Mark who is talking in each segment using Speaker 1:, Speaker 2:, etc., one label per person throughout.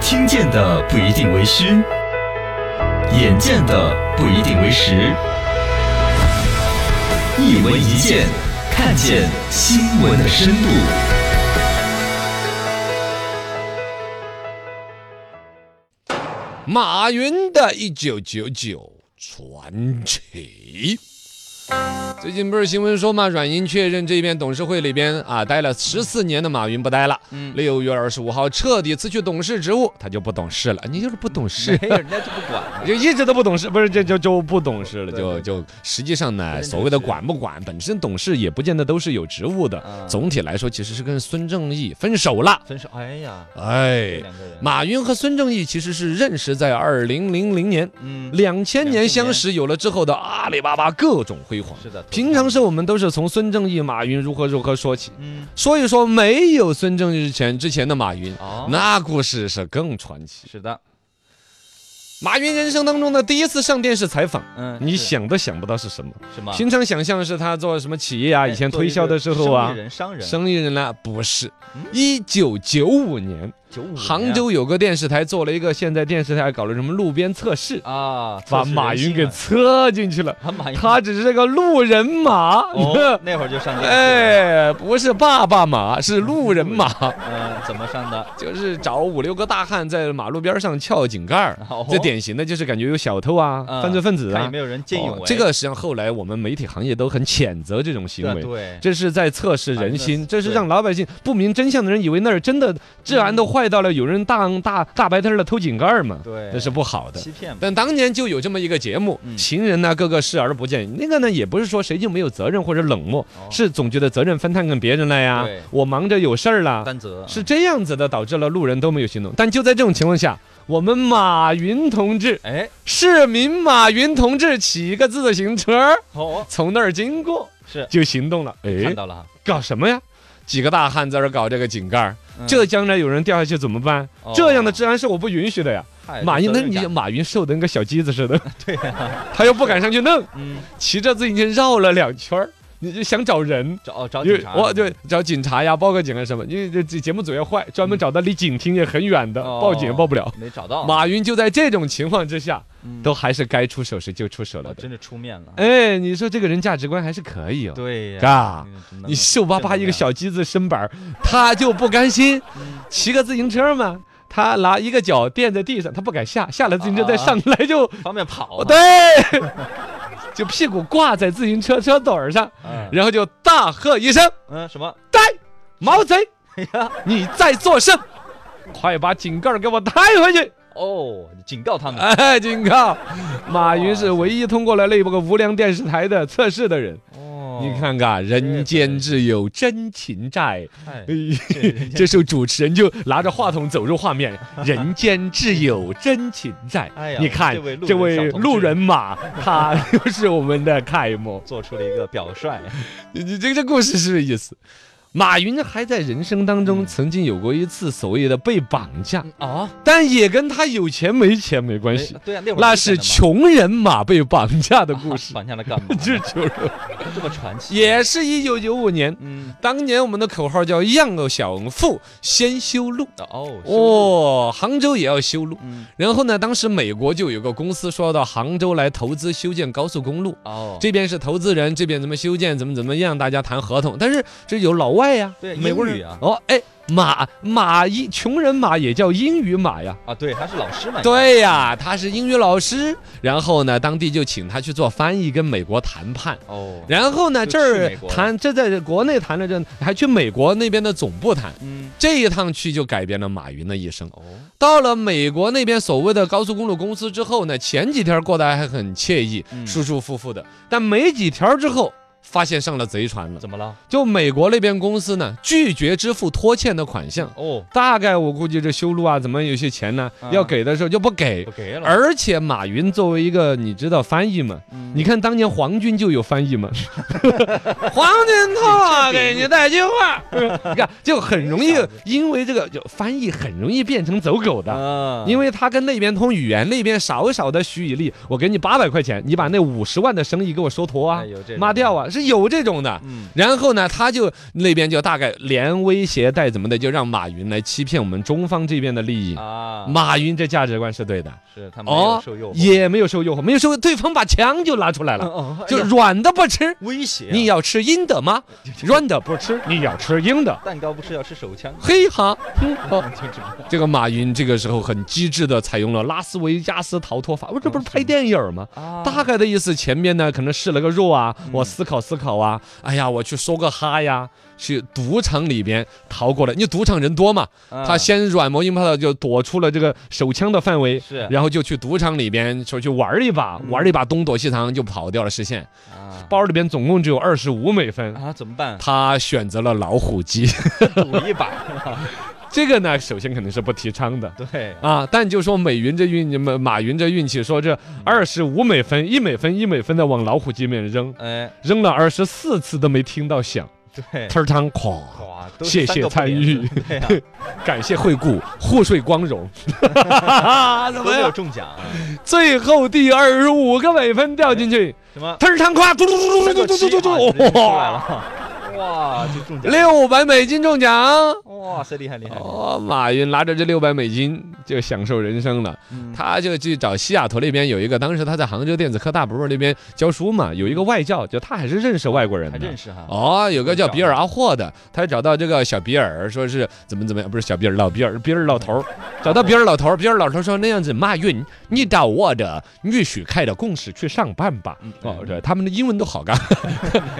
Speaker 1: 听见的不一定为虚，眼见的不一定为实。一闻一见，看见新闻的深度。
Speaker 2: 马云的一九九九传奇。最近不是新闻说嘛，软银确认这边董事会里边啊待了十四年的马云不待了，六月二十五号彻底辞去董事职务，他就不懂事了。你就是不懂事，
Speaker 3: 没有，人家就不管了。
Speaker 2: 就 一直都不懂事，不是就就就不懂事了，
Speaker 3: 对
Speaker 2: 就
Speaker 3: 对
Speaker 2: 就实际上呢，
Speaker 3: 对
Speaker 2: 所谓的管不管，本身董事也不见得都是有职务的
Speaker 3: 啊。
Speaker 2: 总体来说，其实是跟孙正义分手了。
Speaker 3: 分手，哎呀，
Speaker 2: 哎
Speaker 3: 这，两个人，
Speaker 2: 马云和孙正义其实是认识在二零零零年。
Speaker 3: 嗯，
Speaker 2: 两千年
Speaker 3: 年
Speaker 2: 相识，有了之后的阿里巴巴各种辉煌。
Speaker 3: 是的，
Speaker 2: 平常时我们都是从孙正义、马云如何如何说起，
Speaker 3: 嗯，
Speaker 2: 说一说没有孙正义之前之前的马云，
Speaker 3: 哦，
Speaker 2: 嗯那故事是更传奇。
Speaker 3: 是的，
Speaker 2: 马云人生当中的第一次上电视采访，
Speaker 3: 嗯，
Speaker 2: 你
Speaker 3: 是啊
Speaker 2: 想都想不到是什么。
Speaker 3: 什么？
Speaker 2: 平常想象是他做什么企业啊，
Speaker 3: 哎
Speaker 2: 以前
Speaker 3: 做一
Speaker 2: 推销
Speaker 3: 个
Speaker 2: 的时候啊
Speaker 3: 生意，人商人，
Speaker 2: 生意人呢、不是
Speaker 3: 嗯。
Speaker 2: 一九九五年，
Speaker 3: 95
Speaker 2: 杭州有个电视台做了一个，现在电视台搞了什么路边测试，
Speaker 3: 啊，
Speaker 2: 把
Speaker 3: 测试
Speaker 2: 马云
Speaker 3: 人性
Speaker 2: 给
Speaker 3: 啊
Speaker 2: 测进去了。
Speaker 3: 把马 云
Speaker 2: 他只是个路人马，
Speaker 3: 哦，那会儿就上电视了，
Speaker 2: 哎，不是爸爸马，是路人马，
Speaker 3: 嗯，怎么上的？
Speaker 2: 就是找五六个大汉在马路边上撬井盖儿
Speaker 3: 哦，
Speaker 2: 这典型的就是感觉有小偷啊、
Speaker 3: 嗯
Speaker 2: 犯罪分子
Speaker 3: 看有
Speaker 2: 啊
Speaker 3: 没。有人见义勇
Speaker 2: 哦
Speaker 3: 为？
Speaker 2: 这个实际上后来我们媒体行业都很谴责这种行为。
Speaker 3: 对对，
Speaker 2: 这是在测试人心，
Speaker 3: 反正
Speaker 2: 这是让老百姓不明真相的人以为那儿真的治安都坏到了，有人大大大白天儿的偷井盖儿嘛，
Speaker 3: 对
Speaker 2: 这是不好的。
Speaker 3: 欺骗嘛，
Speaker 2: 但当年就有这么一个节目，
Speaker 3: 嗯
Speaker 2: 行人呢个个视而不见。那个呢也不是说谁就没有责任或者冷漠，
Speaker 3: 哦
Speaker 2: 是总觉得责任分摊给别人了呀
Speaker 3: 对。
Speaker 2: 我忙着有事儿了，
Speaker 3: 担责
Speaker 2: 是，这样子的，导致了路人都没有行动。但就在这种情况下，我们马云同志，
Speaker 3: 哎，
Speaker 2: 市民马云同志骑个自行车
Speaker 3: 哦，
Speaker 2: 从那儿经过，
Speaker 3: 是
Speaker 2: 就行动了。哎
Speaker 3: 看，到了哈，
Speaker 2: 搞什么呀？几个大汉在这儿搞这个井盖儿，
Speaker 3: 嗯
Speaker 2: 这将来有人掉下去怎么办？
Speaker 3: 哦
Speaker 2: 这样的治安是我不允许的呀。
Speaker 3: 太有
Speaker 2: 马云，
Speaker 3: 责
Speaker 2: 那
Speaker 3: 任
Speaker 2: 你
Speaker 3: 感
Speaker 2: 马云瘦的跟个小鸡子似的，
Speaker 3: 对啊呀，
Speaker 2: 他又不敢上去弄，
Speaker 3: 嗯，
Speaker 2: 骑着自行车绕了两圈儿，你就想找人。
Speaker 3: 找哦找
Speaker 2: 因
Speaker 3: 警
Speaker 2: 为
Speaker 3: 察，
Speaker 2: 我对找警察呀，报个警啊什么，因为这这节目组要坏，专门找到离警厅也很远的，
Speaker 3: 嗯哦
Speaker 2: 报警也报不了。
Speaker 3: 没找到，
Speaker 2: 马云就在这种情况之下，
Speaker 3: 嗯
Speaker 2: 都还是该出手时就出手了
Speaker 3: 哦
Speaker 2: 的。
Speaker 3: 真的出面了，
Speaker 2: 哎，你说这个人价值观还是可以哦，
Speaker 3: 对呀，
Speaker 2: 嘎
Speaker 3: 嗯真的
Speaker 2: 你瘦巴巴一个小鸡子身板儿， 他就不甘心，
Speaker 3: 嗯
Speaker 2: 骑个自行车嘛，他拿一个脚垫在地上，他不敢下，下了自行车再
Speaker 3: 啊啊啊
Speaker 2: 上来就
Speaker 3: 方便跑
Speaker 2: 哦，
Speaker 3: 啊，
Speaker 2: 对， 就屁股挂在自行车车斗儿上，
Speaker 3: 嗯
Speaker 2: 然后就大喝一声
Speaker 3: 嗯，什么？：“
Speaker 2: 呆，毛贼，
Speaker 3: 哎呀，
Speaker 2: 你在作甚？快把井盖儿给我抬回去
Speaker 3: 哦，你警告他！”们，
Speaker 2: 哎，警告，马云是唯一通过了那个无良电视台的测试的人。
Speaker 3: 哦
Speaker 2: 你，看看，人间自有真情在。
Speaker 3: 哎
Speaker 2: 哎
Speaker 3: 这人家
Speaker 2: 这时候主持人就拿着话筒走入画 面，人间自有真情在。
Speaker 3: 哎呀
Speaker 2: 你看
Speaker 3: 这位路人
Speaker 2: 这位
Speaker 3: 小同志
Speaker 2: 路人马， 他就是我们的楷模。
Speaker 3: 做出了一个表 率，
Speaker 2: 你你这个故事是不是有意思？马云还在人生当中
Speaker 3: 嗯
Speaker 2: 曾经有过一次所谓的被绑架，
Speaker 3: 啊，
Speaker 2: 但也跟他有钱没钱没关系
Speaker 3: 哎，对啊，那会儿
Speaker 2: 那
Speaker 3: 没
Speaker 2: 是
Speaker 3: 钱的啊嘛
Speaker 2: 穷人马被绑架的故事，
Speaker 3: 绑架了 干嘛？
Speaker 2: 这穷人
Speaker 3: 这么传奇，
Speaker 2: 也是一九九五年，
Speaker 3: 嗯，
Speaker 2: 当年我们的口号叫“让小富先修路
Speaker 3: 哦”，哦，
Speaker 2: 哦，杭州也要修路。
Speaker 3: 嗯，
Speaker 2: 然后呢，当时美国就有个公司说到杭州来投资修建高速公路，
Speaker 3: 哦，
Speaker 2: 这边是投资人，这边怎么修建，怎么怎么样，大家谈合同。但是这有老外呀、
Speaker 3: 对
Speaker 2: 美国
Speaker 3: 英
Speaker 2: 人
Speaker 3: 语啊
Speaker 2: 哦，哎，马马一穷人马也叫英语马呀。
Speaker 3: 啊，对，他是老师嘛，
Speaker 2: 对呀，他是英语老师，然后呢，当地就请他去做翻译，跟美国谈判。
Speaker 3: 哦，
Speaker 2: 然后呢，
Speaker 3: 就
Speaker 2: 这
Speaker 3: 去
Speaker 2: 儿
Speaker 3: 美国了
Speaker 2: 谈，这在国内谈了这，还去美国那边的总部谈。
Speaker 3: 嗯，
Speaker 2: 这一趟去就改变了马云的一生。
Speaker 3: 哦，
Speaker 2: 到了美国那边所谓的高速公路公司之后呢，前几天过得还很惬意，
Speaker 3: 嗯
Speaker 2: 舒舒服服的，但没几条之后。发现上了贼船了，
Speaker 3: 怎么了？
Speaker 2: 就美国那边公司呢拒绝支付拖欠的款项，
Speaker 3: 哦，
Speaker 2: 大概我估计这修路啊，怎么有些钱呢
Speaker 3: 啊？嗯
Speaker 2: 要给的时候就不给
Speaker 3: 不，给了，
Speaker 2: 而且马云作为一个你知道翻译吗？
Speaker 3: 嗯
Speaker 2: 你看当年黄军就有翻译 嘛，黄军套啊，给你带句 话，你看就很容易因为这个就翻译很容易变成走狗的。
Speaker 3: 啊，
Speaker 2: 因
Speaker 3: 为
Speaker 2: 为他跟那边通语言，那边少少的许以利，我给你八百块钱，你把那五十万的生意给我收妥啊
Speaker 3: 哎有这，种
Speaker 2: 抹掉啊，啊，是有这种的。
Speaker 3: 嗯，
Speaker 2: 然后呢，他就那边就大概连威胁带怎么的，就让马云来欺骗我们中方这边的利益。
Speaker 3: 啊，
Speaker 2: 马云这价值观是对的，
Speaker 3: 是他没有
Speaker 2: 哦
Speaker 3: 受诱，惑，
Speaker 2: 也没有受诱惑，没有受对方把枪就拿出来了，
Speaker 3: 哦
Speaker 2: 就
Speaker 3: 哎呀
Speaker 2: 软的不吃，
Speaker 3: 威胁啊，
Speaker 2: 你要吃硬的 吗？软的不吃，你要吃硬的。
Speaker 3: 蛋糕不吃要吃手枪，
Speaker 2: 嘿哈，嗯好
Speaker 3: 就这样
Speaker 2: 这个马云这个时候很机智的采用了拉斯维加斯逃脱法，我这不是拍电影吗？
Speaker 3: 哦啊
Speaker 2: 大概的意思，前面呢可能试了个肉啊，
Speaker 3: 嗯
Speaker 2: 我思考思考啊，哎呀，我去说个哈呀，去赌场里边逃过来，因为赌场人多嘛，他
Speaker 3: 啊
Speaker 2: 先软磨硬泡的就躲出了这个手枪的范围，
Speaker 3: 是
Speaker 2: 然后就去赌场里边说去玩一把，
Speaker 3: 嗯
Speaker 2: 玩一把东躲西藏就跑掉了视线，
Speaker 3: 啊
Speaker 2: 包里边总共只有二十五美分。
Speaker 3: 啊，怎么办？
Speaker 2: 他选择了老虎机，
Speaker 3: 赌一把，
Speaker 2: 这个呢，首先肯定是不提倡的。
Speaker 3: 对，
Speaker 2: 啊，但就说美云这运，马马云这运气，说这二十五美分，一美分一美分的往老虎机里面扔，
Speaker 3: 哎，
Speaker 2: 扔了二十四次都没听到响，
Speaker 3: 对，
Speaker 2: 摊儿汤哐，
Speaker 3: 哇，都
Speaker 2: 谢谢
Speaker 3: 是三个不
Speaker 2: 参
Speaker 3: 连
Speaker 2: 与
Speaker 3: 对啊呀，
Speaker 2: 感谢惠顾，互惠光荣，怎
Speaker 3: 都
Speaker 2: 么
Speaker 3: 没有
Speaker 2: 样？
Speaker 3: 中奖啊，
Speaker 2: 最后第二十五个美分掉进去，
Speaker 3: 什么？
Speaker 2: 摊儿汤哐，嘟嘟嘟
Speaker 3: 三
Speaker 2: 嘟嘟
Speaker 3: 个
Speaker 2: 嘟
Speaker 3: 七
Speaker 2: 嘟
Speaker 3: 啊
Speaker 2: 嘟
Speaker 3: 直
Speaker 2: 嘟，
Speaker 3: 接出来
Speaker 2: 哇，
Speaker 3: 了，哇，就中奖了，
Speaker 2: 六百美金中奖。
Speaker 3: 哇塞，厉害厉害，
Speaker 2: 哦，马云拿着这六百美金就享受人生了。
Speaker 3: 嗯
Speaker 2: 他就去找西雅图那边有一个，当时他在杭州电子科大不是那边教书嘛，有一个外教，就他还是认识外国人
Speaker 3: 还
Speaker 2: 的。
Speaker 3: 认识哈，
Speaker 2: 哦，有个叫比尔阿霍的，他找到这个小比尔，说是怎么怎么样，不是小比尔，老比尔，比尔老头儿，找到比尔老头儿，比尔老头儿说那样子，马云，你到我的女婿开的公司去上班吧。
Speaker 3: 嗯
Speaker 2: 哦，对，他们的英文都好干，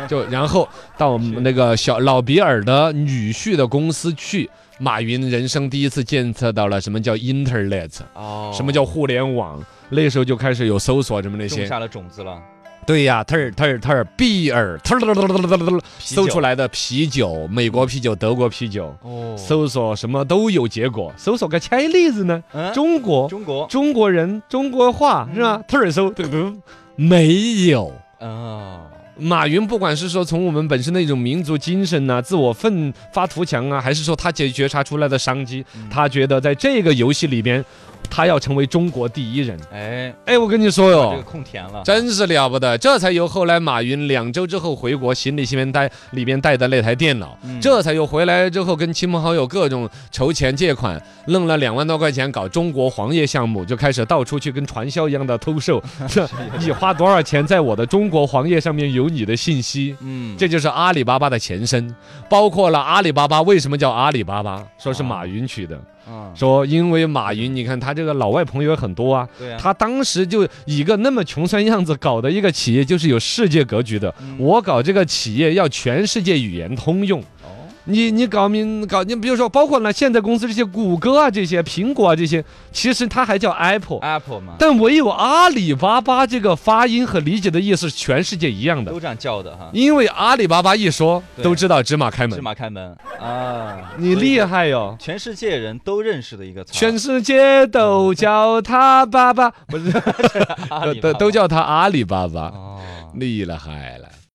Speaker 2: 就然后到我们那个小老比尔的女婿的公司去，马云人生第一次检测到了什么叫 Internet，
Speaker 3: 哦，
Speaker 2: 什么叫互联网。那时候就开始有搜索什么那
Speaker 3: 种
Speaker 2: 些，
Speaker 3: 下了种子了？
Speaker 2: 对呀，特尔特尔特尔比尔，特尔特尔特尔特尔特尔
Speaker 3: 啤
Speaker 2: 搜
Speaker 3: 酒
Speaker 2: 出来的啤酒，美国啤酒、德国啤酒，
Speaker 3: 哦
Speaker 2: 搜索什么都有结果。搜索个 Chinese 呢，
Speaker 3: 嗯
Speaker 2: 中国
Speaker 3: 中国，
Speaker 2: 中国人中国话是吧？特尔搜，嘟嘟没有。
Speaker 3: 哦，
Speaker 2: 马云不管是说从我们本身的一种民族精神呐、自我奋发图强啊，还是说他觉觉察出来的商机，
Speaker 3: 嗯
Speaker 2: 他觉得在这个游戏里边，他要成为中国第一人。
Speaker 3: 哎，
Speaker 2: 哎，我跟你说
Speaker 3: 把这
Speaker 2: 哟
Speaker 3: 个。空填了，
Speaker 2: 真是了不得，这才由后来马云两周之后回国，行李里面带里边带的那台电脑，
Speaker 3: 嗯
Speaker 2: 这才又回来之后跟亲朋好友各种筹钱借款，弄了两万多块钱搞中国黄页项目，就开始到处去跟传销一样的偷售。 这你花多少钱在我的中国黄页上面有你的信息？
Speaker 3: 嗯，
Speaker 2: 这就是阿里巴巴的前身，包括了阿里巴巴为什么叫阿里巴巴，说是马云取的，
Speaker 3: 嗯，
Speaker 2: 说因为马云，你看他这个老外朋友也很多啊，
Speaker 3: 对啊，
Speaker 2: 他当时就以一个那么穷酸样子搞的一个企业，就是有世界格局的。
Speaker 3: 嗯
Speaker 2: 我搞这个企业要全世界语言通用，
Speaker 3: 哦，
Speaker 2: 你你搞明搞你比如说，包括呢现在公司这些谷歌啊这些苹果啊这些，其实它还叫 Apple，
Speaker 3: Apple 嘛，
Speaker 2: 但唯有阿里巴巴这个发音和理解的意思是全世界一样的，
Speaker 3: 都这样叫的哈，
Speaker 2: 因为阿里巴巴一说
Speaker 3: 对
Speaker 2: 都知道芝麻开
Speaker 3: 芝
Speaker 2: 门，
Speaker 3: 麻开门啊，
Speaker 2: 你
Speaker 3: 所以
Speaker 2: 厉害哟。
Speaker 3: 全世界人都认识的一个词儿，
Speaker 2: 全世界都叫他爸爸，不是，
Speaker 3: 阿
Speaker 2: 都
Speaker 3: 里
Speaker 2: 都
Speaker 3: 巴
Speaker 2: 都
Speaker 3: 巴
Speaker 2: 叫他阿里巴巴，
Speaker 3: 哦，
Speaker 2: 厉了害了。